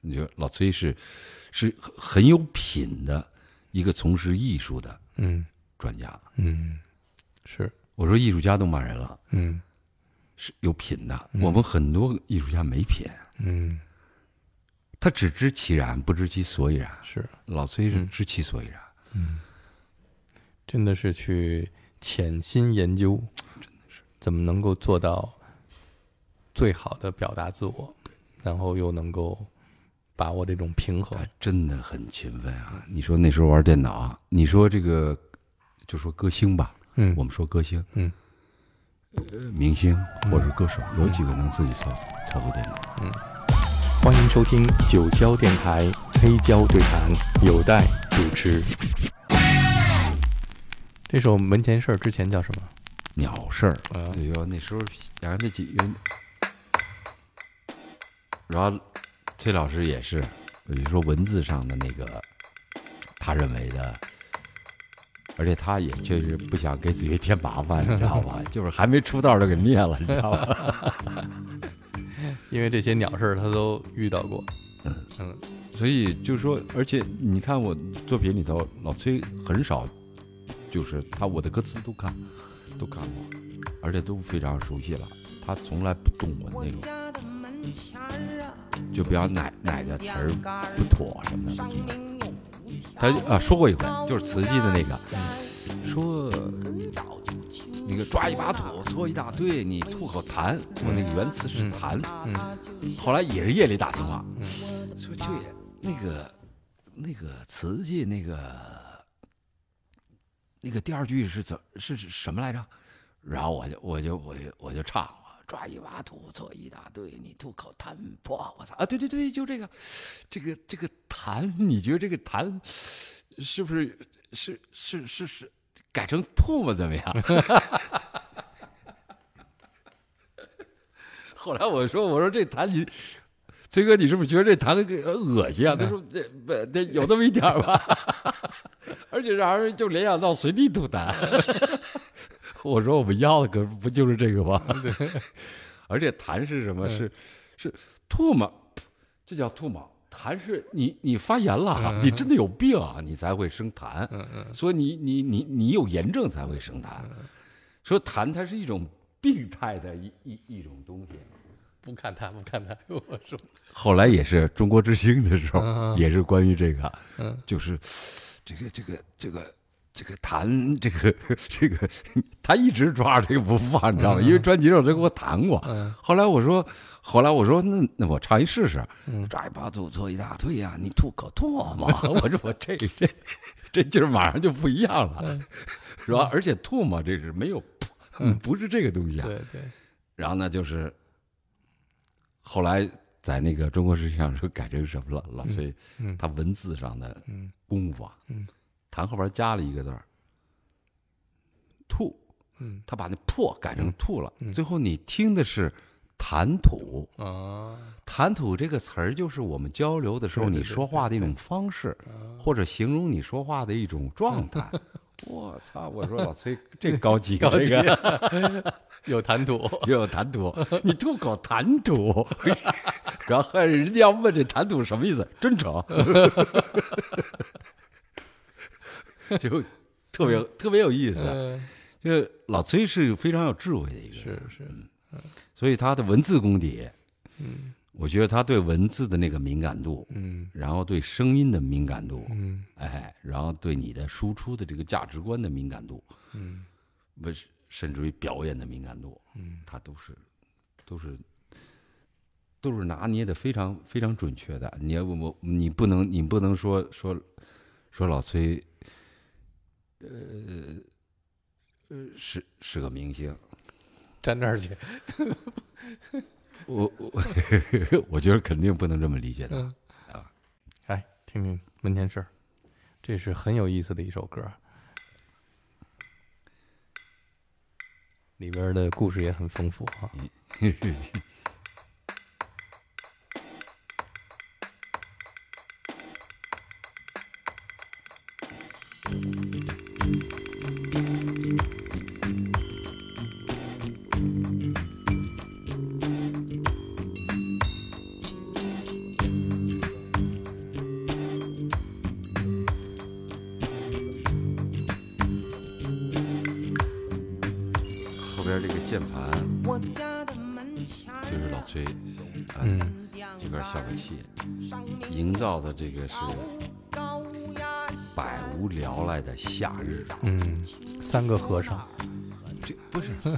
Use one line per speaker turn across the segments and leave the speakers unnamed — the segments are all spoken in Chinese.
你觉得老崔是是很很有品的一个从事艺术的
嗯
专家。
嗯，是，
我说艺术家都骂人了，
嗯
是有品的。我们很多艺术家没品，
嗯
他只知其然，不知其所以然。
是，
老崔
嗯
是知其所以然，
真的是去潜心研究，真的是怎么能够做到最好的表达自我，然后又能够把握这种平衡
他。真的很勤奋啊！你说那时候玩电脑啊，你说这个就说歌星吧，
嗯，
我们说歌星，
嗯，
呃，明星或者歌手，有几个能自己操操作电脑？
欢迎收听九霄电台黑胶对谈，有待主持。这首《门前事儿》之前叫什么？
鸟事儿，
啊
哎呦，那时候然后那几个，然后崔老师也是，比如说文字上的那个，他认为的，而且他也确实不想给子越添麻烦，你知道吧？ 就是还没出道就给灭了，你知道吧？
因为这些鸟事儿他都遇到过。嗯
所以就说，而且你看我作品里头，老崔很少，就是他我的歌词都看，都看过，而且都非常熟悉了。他从来不动我那种，就比方哪哪个词儿不妥什么的。他啊说过一回，就是瓷器的那个，说那个抓一把土嗯搓一大堆，你吐口痰，我那个原词是痰。
嗯
后来也是夜里打电话，说舅爷，那个那个瓷器那个那个第二句是怎是是什么来着？然后我就我就我就我就唱了。抓一把土，做一大堆，你吐口痰破，我操啊！对对对，就这个，这个这个痰，你觉得这个痰是不是是是是是改成吐沫怎么样？后来我说我说这痰你，崔哥你是不是觉得这痰呃恶心啊？他说这不这有那么一点儿吧， 而且让人就联想到随地吐痰。 我说我们要的可不就是这个吗？ 而且痰是什么？是是吐沫，这叫吐沫。痰是你你发炎了，你真的有病啊，你才会生痰。所以你你你你有炎症才会生痰。说痰它是一种病态的一一一种东西。
不看他，不看他，我说
后来也是中国之星的时候，
嗯
也是关于这个，
嗯
就是这个这个这个这个弹这个 这个，他一直抓着这个不放，你知
嗯
道吗？因为专辑上他给我弹过。后来我说，后来我说，那那我唱一试试，
嗯
抓一把吐搓一大堆呀、你吐口唾沫， 我说我这这这劲儿马上就不一样
嗯
了，是吧？而且唾沫这是没有，不是这个东西啊。
对对，
然后呢，就是后来在那个中国时期上说改成什么了，老崔、
嗯
他文字上的
嗯
功夫啊，
嗯
弹后边加了一个字儿“吐
嗯”，
他把那“破”改成“吐”了。
嗯
最后你听的是“谈吐
啊”，“
谈吐”这个词儿就是我们交流的时候
对对
你
对哦
说话的一种方式，或者形容你说话的一种状 态。我操！我说老崔，这 高级，啊
高
这
级啊
个
有谈吐，
又有谈 吐，你吐口谈吐， 然后人家要问这谈吐什么意思，真诚， 就特别特别有意思。啊
嗯，
就老崔是非常有智慧的一个人，
是是，
所以他的文字功底，嗯，我觉得他对文字的那个敏感度，
嗯
然后对声音的敏感度，
嗯
哎，然后对你的输出的这个价值观的敏感度，
嗯
不是甚至于表演的敏感度，
嗯，
他都是都是都是拿捏的非常非常准确的。你要不我你不能你不能说说说老崔，呃呃是是个明星，
站这儿去，
我 我我觉得肯定不能这么理解他。
来哎听听门前事儿，这是很有意思的一首歌儿，里边儿的故事也很丰富啊。
边这个键盘
我家的门前儿
就是老崔，啊，
嗯，
这块效果器
上面
营造的这个是
高压
百无聊赖的夏日，
嗯，三个和尚，
这不是，就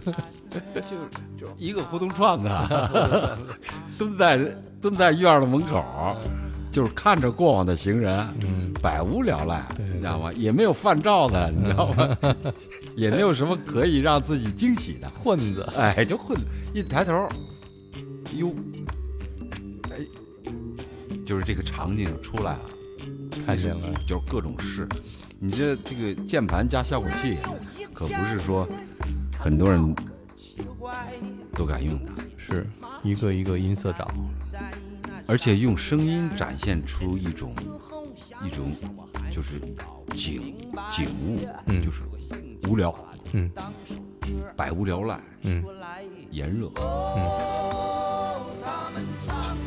是就一个胡同串子，蹲在蹲在院儿的门口儿，就是看着过往的行人，
嗯，
百无聊赖，
对对
你知道吗？也没有犯照的，你知道 吗？也没有什么可以让自己惊喜的，
混子，
哎，就混一抬头，哟，哎，就是这个场景出来了，
看见了，
就是各种事。你这这个键盘加效果器，可不是说很多人都敢用的，
是一个一个音色找，
而且用声音展现出一种一种就是景景物，
嗯
就是无聊，
嗯
百无聊赖，
嗯，
炎热，嗯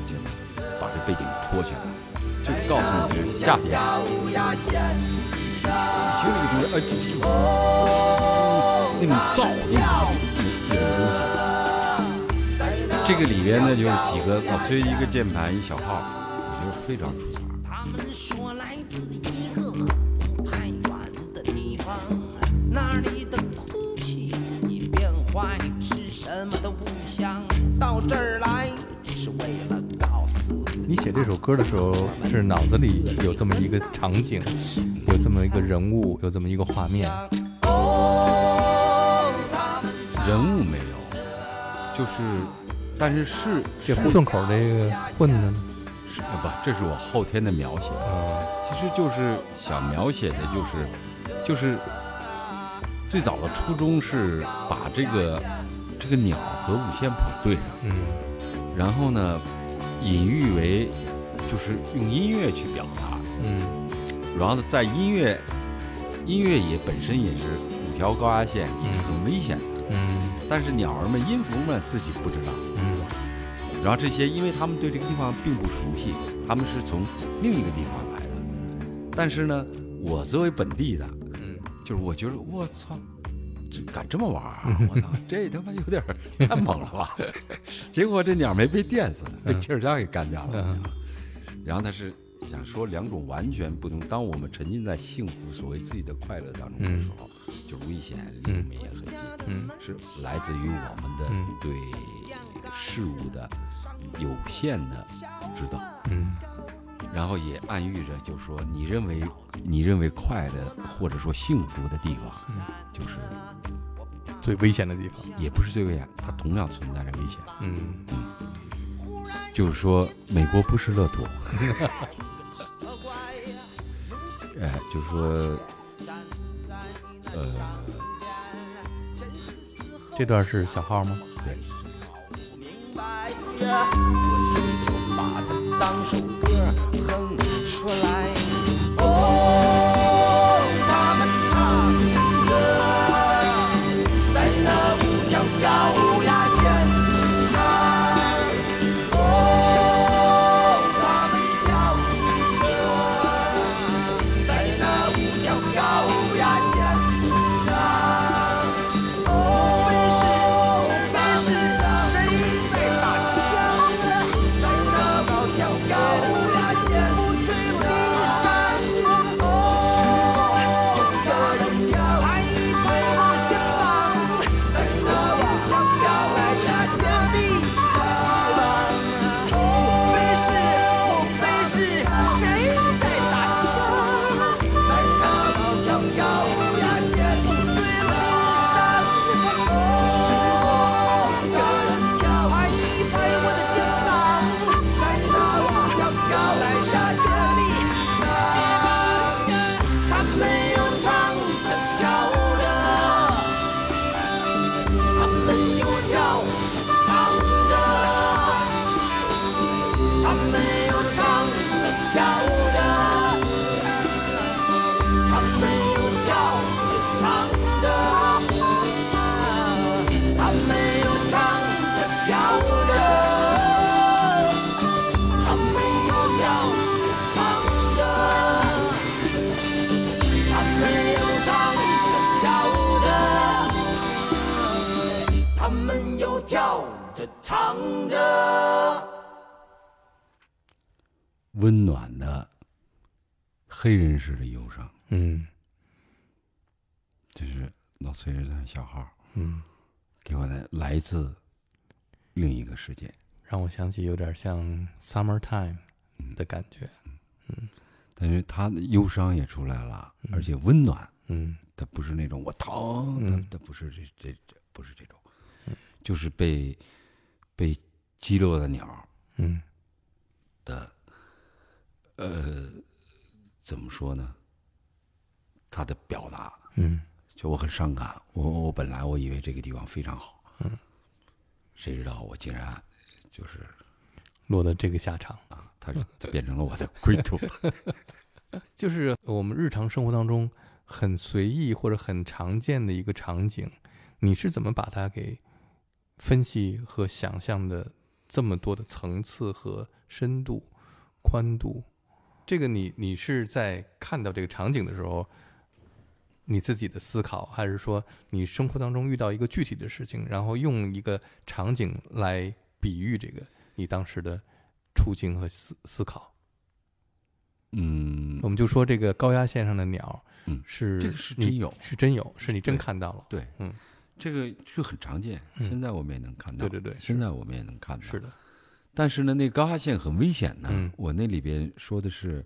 这把这背景脱下来，就告诉你这是夏天。听这个东西，哎，这这就那种燥那种那种东西。这个里边呢，就是几个老崔一个键盘一小号，我觉得非常出彩。
他们说来自一个不太远的地方，那里的空气已变坏，吃什么都不香。到这儿来只是为了告诉你，
你写这首歌的时候，是脑子里有这么一个场景，有这么一个人物，有这么一个画面，
哦
人物没有，就是，但是是
这
是
胡同口这个混子呢，
是啊不，这是我后天的描写。
啊，
其实就是想描写的就是，就是最早的初衷是把这个这个鸟和五线谱对上，
嗯
然后呢，隐喻为就是用音乐去表达，
嗯
然后呢，在音乐音乐也本身也是五条高压线，也是很危险的，
嗯
但是鸟儿们音符们自己不知道。
嗯
然后这些，因为他们对这个地方并不熟悉，他们是从另一个地方来的。但是呢，我作为本地的，
嗯，
就是我觉得我操，这敢这么玩儿啊！我操，这他妈有点儿太猛了吧！结果这鸟没被电死，被气儿枪给干掉了。
嗯
然后他是想说两种完全不同。当我们沉浸在幸福、所谓自己的快乐当中的时候，就是危险离我们也很近，
嗯
是来自于我们的
嗯
对事物的有限的知道。
嗯
然后也暗喻着，就是说，你认为你认为快乐或者说幸福的地方，
嗯
就是
最危险的地方，
也不是最危险，它同样存在着危险。
嗯
就是说，美国不是乐土，哎，就是说，呃，
这段是小号吗？
对，
哦索性就把它当首歌哼出来。哦，他们唱歌，在那五条高压线上。哦，他们唱歌，在那五条高压线上。哦，是是谁在打枪啊？在那高挑高压线，不坠落地上。唱着
温暖的黑人式的忧伤，
嗯
这是老崔这段小号
嗯，
给我的来自另一个世界。
让我想起有点像《Summertime》的感觉。
但是他的忧伤也出来了，而且温暖，
嗯
他不是那种我疼，他他不是这这这不是这种，就是被被击落的鸟，
嗯
呃怎么说呢？他的表达，
嗯
就我很伤感，我我本来我以为这个地方非常好，嗯，谁知道我竟然就是
落得这个下场，
啊，他他变成了我的归途，
就是我们日常生活当中很随意或者很常见的一个场景，你是怎么把它给分析和想象的这么多的层次和深度、宽度？这个你你是在看到这个场景的时候，你自己的思考，还是说你生活当中遇到一个具体的事情，然后用一个场景来比喻这个你当时的处境和思思考？
嗯，
我们就说这个高压线上的鸟，
嗯
是
这个是
你
真有
是真有，是你真
对
看到了，
对，
嗯，
这个就很常见，现在我们也能看到，
对对对是
现在我们也能看到，
是的，
但是呢，那高压线很危险的。
嗯
我那里边说的是，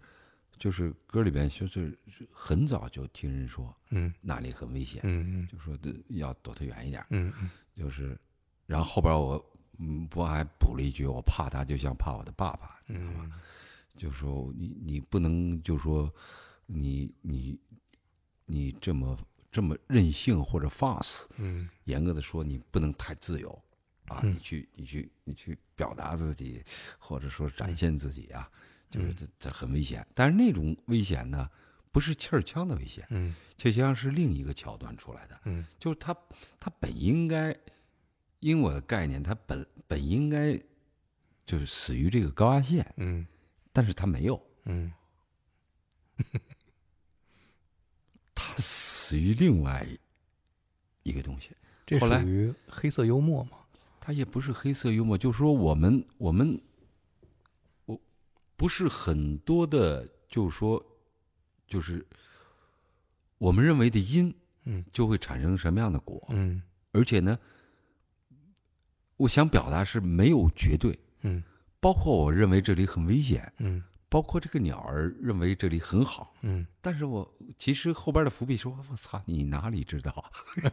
就是歌里边就是很早就听人说
嗯
那里很危险，
嗯
就说的要躲得远一点。
嗯嗯
就是，然后后边我嗯，我还补了一句，我怕他就像怕我的爸爸，
嗯
你知道吗？就说你你不能就说你你你这么这么任性或者放肆，
嗯
严格的说，你不能太自由啊！你去，你去，你去表达自己，或者说展现自己啊，
嗯
就是这这很危险。但是那种危险呢，不是气儿枪的危险，
嗯
气儿枪是另一个桥段出来的。
嗯，
就是它，它本应该，因我的概念，它本本应该就是死于这个高压线，
嗯
但是它没有，
嗯
它死于另外一个东西。
这
后
属
来
于黑色幽默嘛？
他也不是黑色幽默，就是说我们我们我不是很多的，就是说就是我们认为的因，
嗯，
就会产生什么样的果，
嗯
而且呢，我想表达是没有绝对，
嗯
包括我认为这里很危险，
嗯
包括这个鸟儿认为这里很好。
嗯
但是我其实后边的伏笔说，我操，你哪里知道？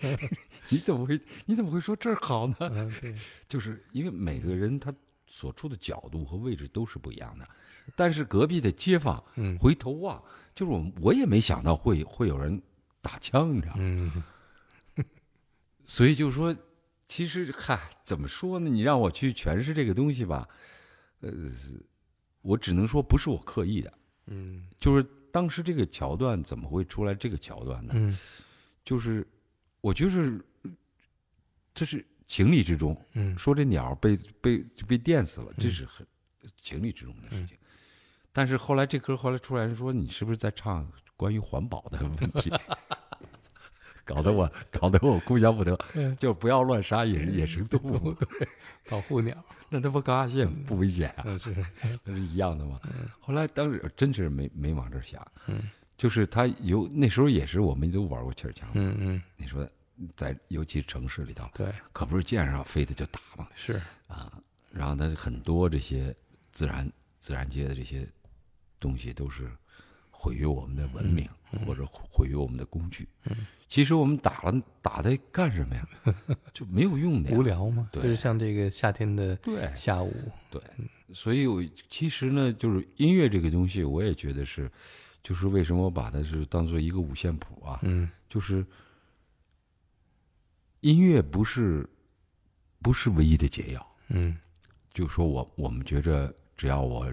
你怎么会你怎么会说这儿好呢？
嗯，对，
呃就是因为每个人他所处的角度和位置都是不一样的，但是隔壁的街坊
嗯
回头望、就是我我也没想到会会有人打枪，你知道吗？
嗯
所以就说，其实嗨，怎么说呢？你让我去诠释这个东西吧，呃，我只能说不是我刻意的，
嗯
就是当时这个桥段怎么会出来这个桥段呢？
嗯
就是我就是这是情理之中，
嗯
说这鸟被被被电死了，这是很情理之中的
嗯
事情。但是后来这歌后来出来人说，你是不是在唱关于环保的问题？ 搞得我搞得我哭笑不得，
嗯
就是不要乱杀野野生动物，
保护鸟，
那他妈高压线不危险啊？
嗯嗯是，
那是一样的嘛。后来当时真是没没往这儿想，
嗯
就是他有那时候也是我们都玩过气儿枪，
嗯嗯
你说在尤其城市里头，
对，
可不是见着飞的就打嘛，
是，
然后它很多这些自然自然界的这些东西都是毁于我们的文明，
嗯
或者毁于我们的工具。其实我们打了打它干什么呀？就没有用哎的呀
无。聊嘛？就
对
是像这个夏天的
对
下午，
对，所以我其实呢，就是音乐这个东西，我也觉得是，就是为什么我把它是当做一个五线谱啊，
嗯
就是音乐不是不是唯一的解药。
嗯
就说我我们觉着，只要我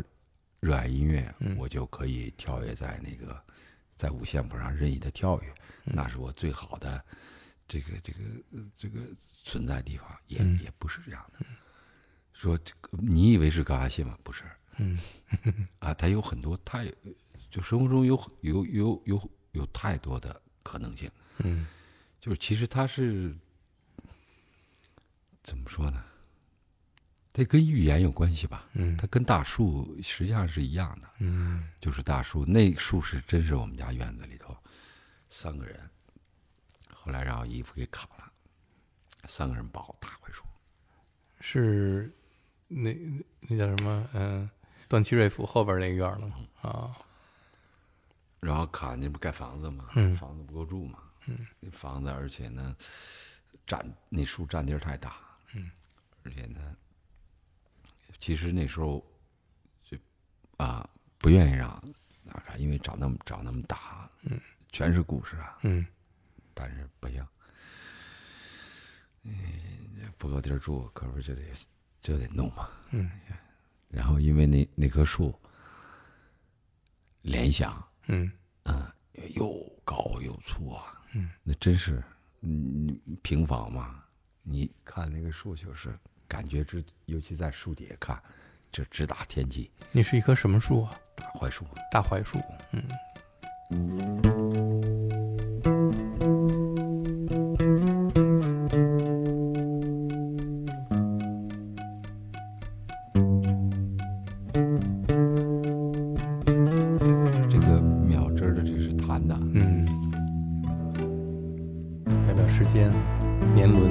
热爱音乐，我就可以跳跃在那个在五线谱上任意的跳跃，那是我最好的这个这个呃这个存在地方，也、也不是这样的。说这个你以为是高压线吗？不是，
嗯
啊，它有很多，它有就生活中有有有有有太多的可能性，
嗯
就是其实它是怎么说呢？它跟预言有关系吧？
嗯
它跟大树实际上是一样的，
嗯
就是大树那树是真是我们家院子里头三个人，后来让我姨夫给砍了，三个人抱大槐树，
是那那叫什么？嗯、段祺瑞府后边那院儿了吗？啊，
然后砍那不盖房子嘛，
嗯
房子不够住嘛，那房子而且呢占那树占地儿太大，
嗯
而且呢，其实那时候就啊不愿意让那看，因为长那么长那么大，全是故事啊，
嗯
但是不行，嗯，不够地儿住，可不就得就得弄嘛。
嗯。
然后因为那那棵树，联想
嗯
又高又粗啊，嗯，那真是，嗯，平房嘛，你看那个树就是感觉直，尤其在树底下看，这直达天际，
那是一棵什么树啊？
大槐树。
大槐树。
这个秒针儿的这是弹的，
嗯，代表时间、年轮。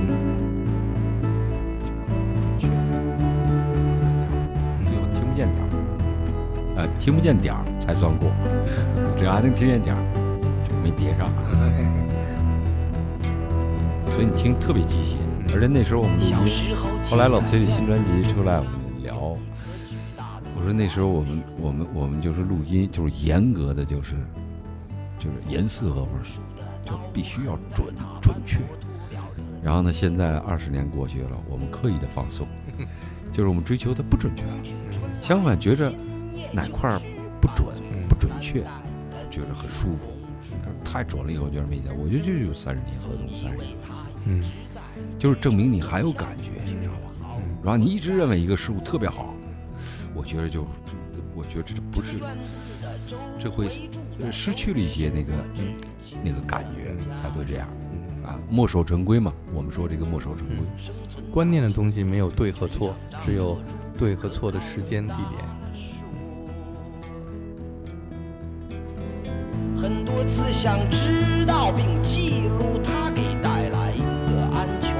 准确，最后听不见点儿，呃，听不见点儿才算过，
嗯
只要还能听见点儿，就没叠上。所以你听特别机械，而且那时候我们录
嗯小
音，
时候，
后来老崔的新专辑出来，我们聊，我说那时候我们我们我们就是录音，就是严格的就是就是严丝合缝，就必须要准准确。然后呢，现在二十年过去了，我们刻意的放松，就是我们追求它不准确了，相反觉着哪块儿不准
嗯
不准确，觉着很舒服。但是太准了以后觉得没劲，我觉得这就是三十年河东三十年河西。
嗯
就是证明你还有感觉，嗯你知道吧？然后你一直认为一个事物特别好，我觉得就，我觉得这不是，这会呃失去了一些那个嗯那个感觉，才会这样
嗯，
啊，墨守成规嘛。我们说这个墨守成规，
观念的东西没有对和错，只有对和错的时间、地点。
很多次想知道并记录它给带来的安全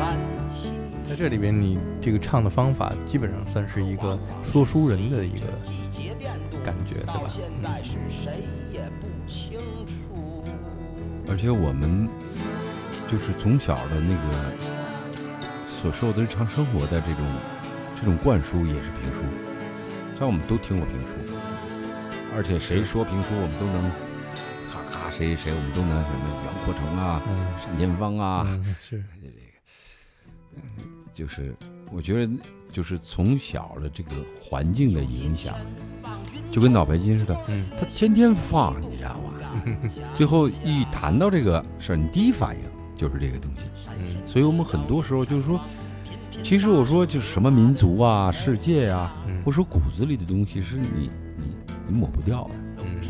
性。
在这里边，你这个唱的方法基本上算是一个说书人的一个，
季节变动，
感觉对吧
到现在是谁也不清楚。
而且我们就是从小的那个所受的日常生活的这种这种灌输也是评书，像我们都听过评书，而且谁说评书我们都能咔咔谁谁我们都能什么杨阔成啊、
嗯
单田芳啊，
嗯是
嗯就是我觉得就是从小的这个环境的影响，就跟脑白金似的，
嗯
他天天放，你知道吧？ 最后一谈到这个事儿，你第一反应就是这个东西。
嗯
所以我们很多时候就是说，其实我说就是什么民族啊、世界啊，
嗯
我说骨子里的东西是你你你抹不掉的，
嗯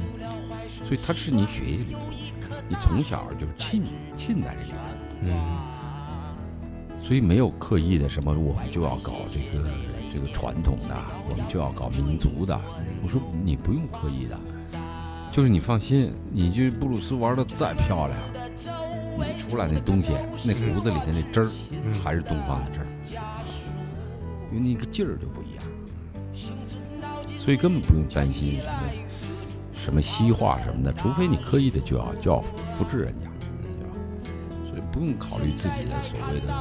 所以它是你血液里的东西，你从小就浸浸在这里面。
嗯
所以没有刻意的什么，我们就要搞这个这个传统的，我们就要搞民族的。我说你不用刻意的，就是你放心，你就布鲁斯玩的再漂亮，你出来那东西，那骨子里的那汁儿、还是东方的汁儿，因为那个劲儿就不一样，所以根本不用担心什么什么西化什么的，除非你刻意的就要就要复制人家，对吧？所以不用考虑自己的所谓的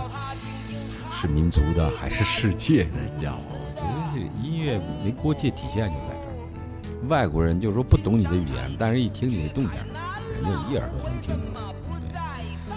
是民族的还是世界的，你知道吗？我觉得这个音乐没国界体现就在这儿。外国人就说不懂你的语言，但是一听你的动静儿，人家一耳朵能听出来。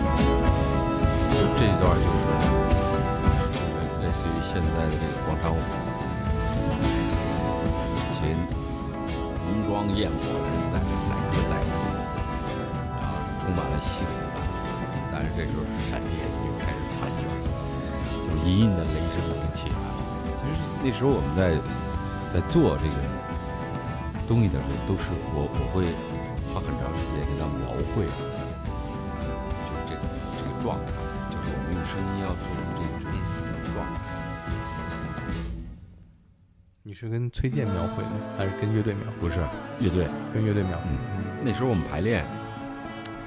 就这一段就是类似于现在的这个广场舞，一群浓妆艳抹的人在载歌载舞，充满了希望。但是这时候闪电就开始盘旋，就是隐隐的雷声并起来。其实那时候我们在在做这个东西的时候，都是我我会花很长时间给它描绘，就是这个这个状态，就是我们用声音要做出这种状态。
你是跟崔健描绘的，还是跟乐队描？
不是乐队，
跟乐队描绘。
那时候我们排练，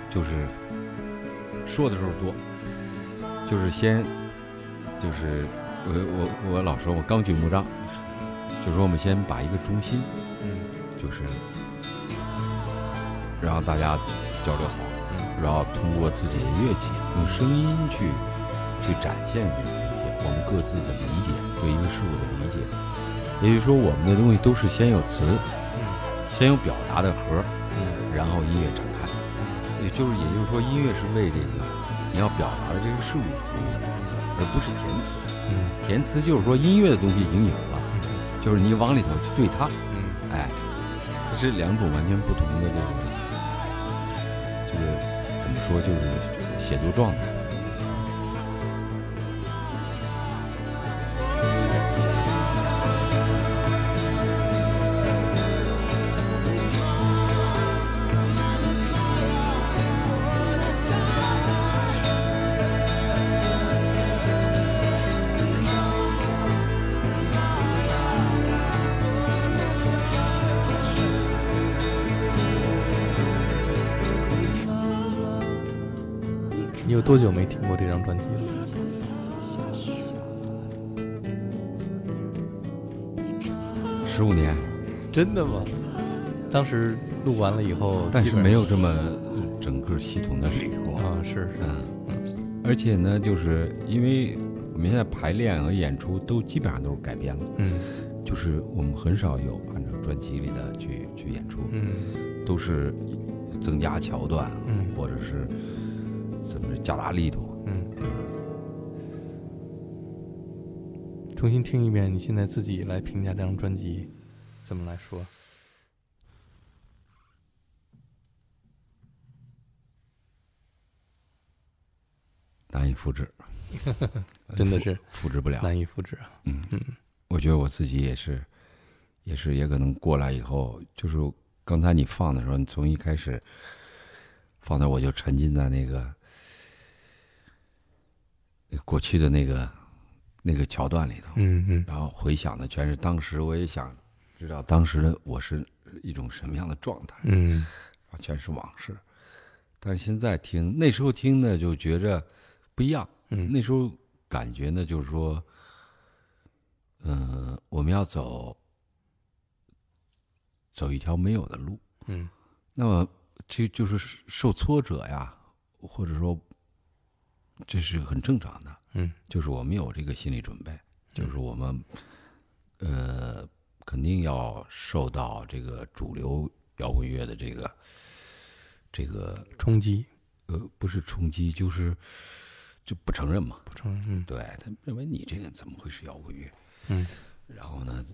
就是说的时候多，就是先，就是我我我老说，我刚举木杖，就说我们先把一个中心，
嗯
就是让大家交流好，
嗯
然后通过自己的乐器，用声音去去展现这个东西，我们各自的理解对一个事物的理解。也就是说，我们的东西都是先有词，先有表达的核，
嗯
然后音乐展开。
嗯
也就是，也就是说，音乐是为这个你要表达的这个事物服务的，而不是填词。
嗯
填词就是说，音乐的东西已经有了，就是你往里头去对它，
嗯
哎，这是两种完全不同的这个这个怎么说，就是写作状态。
你有多久没听过这张专辑了？
十五年，
真的吗？当时录完了以后，
但
基
是
本
没有这么呃整个系统的理过。
啊，是是，
嗯，而且呢，就是因为我们现在排练和演出都基本上都是改编了，
嗯
就是我们很少有按照专辑里的去去演出，
嗯
都是增加桥段，
嗯
或者是怎么加大力度。
嗯。重新听一遍，你现在自己来评价这张专辑，怎么来说？
难以复制，
真的是
复制不了。
难以复制啊。
我觉得我自己也是，也是也可能过来以后，就是刚才你放的时候，你从一开始放的，我就沉浸在那个过去的那个那个桥段里头，
嗯嗯
然后回想的全是当时，我也想知道当时的我是一种什么样的状态，
嗯
然后啊全是往事。但是现在听，那时候听呢，就觉着不一样。
嗯
那时候感觉呢，就是说，嗯、我们要走走一条没有的路，
嗯
那么这就是受挫折呀，或者说这是很正常的，
嗯，
就是我们有这个心理准备，就是我们呃肯定要受到这个主流摇滚乐的这个这个
冲击
呃不是冲击，就是就不承认嘛，
不承认，嗯
对他认为你这个怎么会是摇滚乐？
嗯，
然后呢，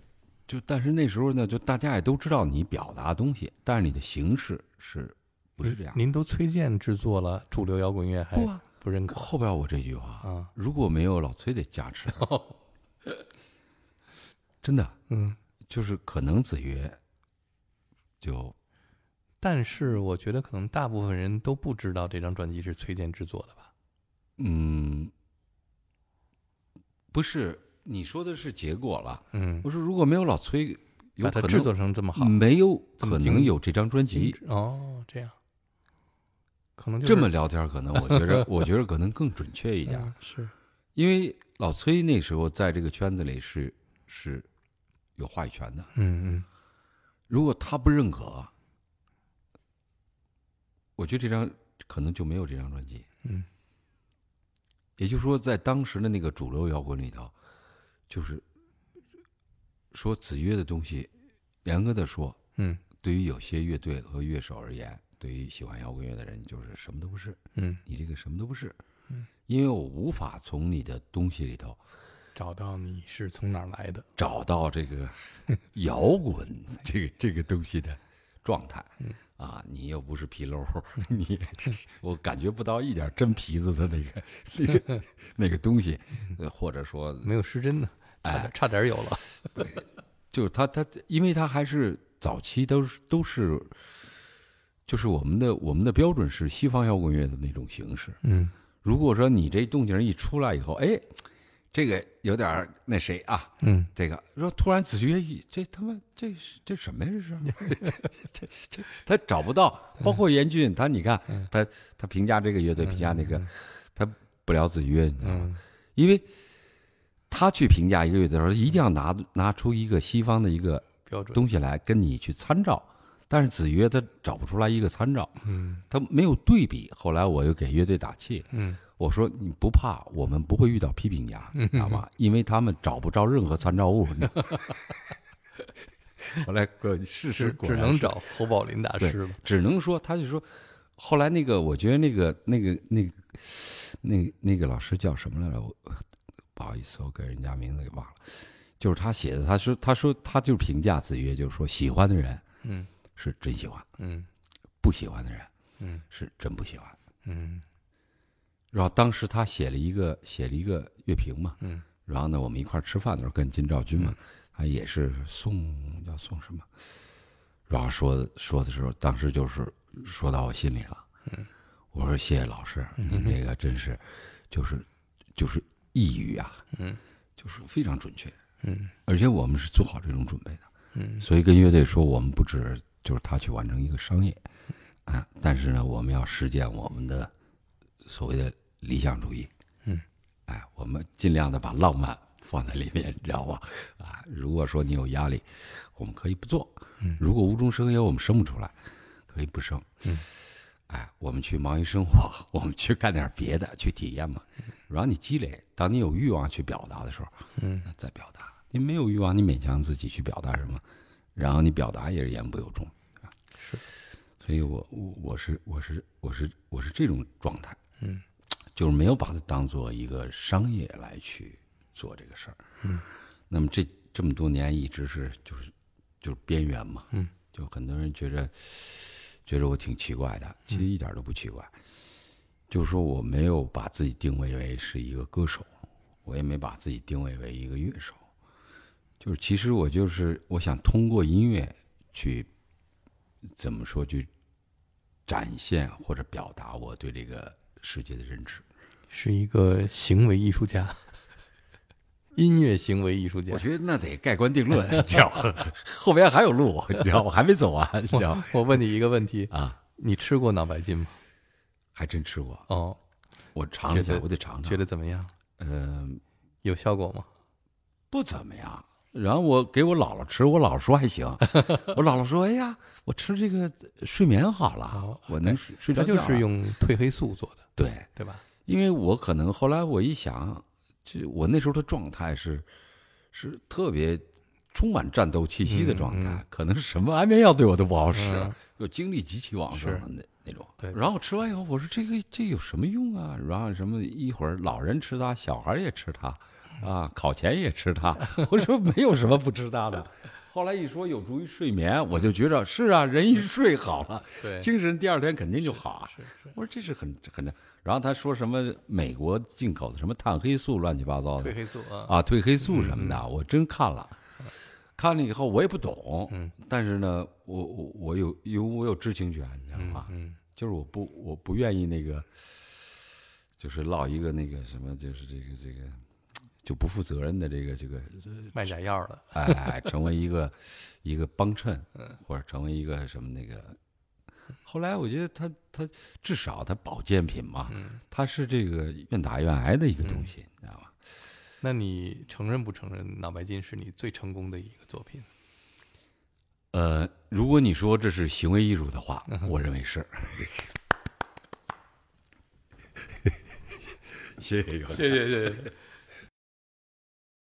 就但是那时候呢，就大家也都知道你表达的东西，但是你的形式是不是这样？
您都崔健制作了主流摇滚乐，还
不啊
不认可
后边我这句话，
啊？
如果没有老崔的加 持，真的
嗯，
就是可能子曰就
但是我觉得可能大部分人都不知道这张专辑是崔健制作的吧？
嗯，不是你说的是结果了。
嗯，
我说如果没有老崔，有
把它
可
制
能
作成这么好，
没有
这么
可
精
能有这张专辑
精。致哦，这样，可能就是嗯
这么聊天儿，可能我觉着，我觉着可能更准确一
一
点儿，
啊是，
因为老崔那时候在这个圈子里是是有话语权的。
嗯
如果他不认可，我觉得这张可能就没有这张专辑。
嗯，
也就是说，在当时的那个主流摇滚里头，就是说子曰的东西，严格的说，
嗯
对于有些乐队和乐手而言，对于喜欢摇滚乐的人，就是什么都不是。
嗯嗯，
你这个什么都不是，因为我无法从你的东西里头
找到你是从哪儿来的？
找到这个摇滚这个这个东西的状态，啊，你又不是皮喽，你我感觉不到一点真皮子的那个那个那个东西，呃或者说
没有失真呢，差点差点有了。
就是他他，因为他还是早期都是都是，就是我们的我们的标准是西方摇滚乐的那种形式。
嗯，
如果说你这动静一出来以后，哎，这个有点儿那谁啊，
嗯，
这个说突然子曰一，这他妈这是这什么呀？这是 这这这 他找不到，包括严俊，他你看他他评价这个乐队，评价那个，他不聊子曰，你知道
嗯
吗？因为他去评价一个乐队的时候，一定要拿拿出一个西方的一个
标准。
东西来跟你去参照。但是子曰他找不出来一个参照，嗯，他没有对比。后来我又给乐队打气，嗯，我说你不怕，我们不会遇到批评家，
嗯
你知道吗？因为他们找不着任何参照物。你知道 吗后来果事实
只
果
只
然
能
是
找侯宝林大
对
师吧，
只能说他就说，后来那个我觉得那个那个那个那个那个老师叫什么来着？我不好意思，我给人家名字给忘了。就是他写的，他说他说他就评价子曰，就是说喜欢的人，
嗯，
是真喜欢；
嗯
不喜欢的人，
嗯，
是真不喜欢。
嗯
然后当时他写了一个写了一个乐评嘛，
嗯，
然后呢，我们一块儿吃饭的时候跟金兆军嘛，他也是送要送什么，然后说说的时候，当时就是说到我心里了，嗯，我说谢谢老师，
嗯
您这个真是，就是就是抑郁啊，
嗯，
就是非常准确，
嗯
而且我们是做好这种准备的，嗯，所以跟乐队说，我们不止就是他去完成一个商业，啊，但是呢，我们要实践我们的所谓的理想主义，
嗯，
哎，我们尽量的把浪漫放在里面，你知道吧？啊，如果说你有压力，我们可以不做，嗯，如果无中生有，我们生不出来，可以不生，嗯。哎，我们去忙于生活， 我们去干点别的，去体验嘛。然后你积累，当你有欲望去表达的时候，那再表达。你没有欲望，你勉强自己去表达什么，然后你表达也是言不由衷，是。所以我我我是我是我是我是这种状态，嗯，就是没有把它当做一个商业来去做这个事儿，嗯。那么这这么多年一直是就是就是边缘嘛，嗯，就很多人觉着觉着我挺奇怪的，其实一点都不奇怪。就是说我没有把自己定位为是一个歌手，我也没把自己定位为一个乐手，就是其实我就是我想通过音乐去怎么说去展现或者表达我对这个世界的认知。
是一个行为艺术家，音乐行为艺术家
我。觉得那得盖棺定 论，啊你知道吗？后边还有路，你知道 吗？还没走完，你知道吗？
我问你一个问题
啊，
你吃过脑白金吗？
还真吃过，
哦，
我尝了一下，
觉得
我得尝尝，
觉得怎么样？
嗯、
有效果吗？
不怎么样。然后我给我姥姥吃，我姥姥说还 行，我姥姥说：“哎呀，我吃这个睡眠好哎了
哦，
我能睡睡
它
着觉
就
了。”
是用褪黑素做的，
对，
对吧？
因为我可能后来我一想，就我那时候的状态是是特别充满战斗气息的状态，可能什么安眠药对我都不好使，
嗯
就精力极其旺盛
是
的那那种。
对
然后吃完以后，我说这个这有什么用啊？然后什么一会儿老人吃它，小孩也吃它，啊，考前也吃 它。我说没有什么不吃它的。后来一说有助于睡眠，我就觉着是啊，人一睡好了，
对
精神第二天肯定就好啊。我说这是很很正。然后他说什么美国进口的什么碳黑素乱七八糟的
褪黑素啊，
啊，褪黑素什么的，我真看了。看了以后我也不懂，嗯，但是呢，我我我有有我有知情权，你知道吗？嗯，就是我不我不愿意那个，就是落一个那个什么，就是这个这个就不负责任的这个这个
卖假药的，
哎，成为一个一个帮衬，或者成为一个什么那个。后来我觉得他他至少他保健品嘛，他是这个愿打愿挨的一个东西，你知道吧？
那你承认不承认脑白金是你最成功的一个作品？
呃，如果你说这是行为艺术的话，我认为是。 谢谢，
谢谢谢谢，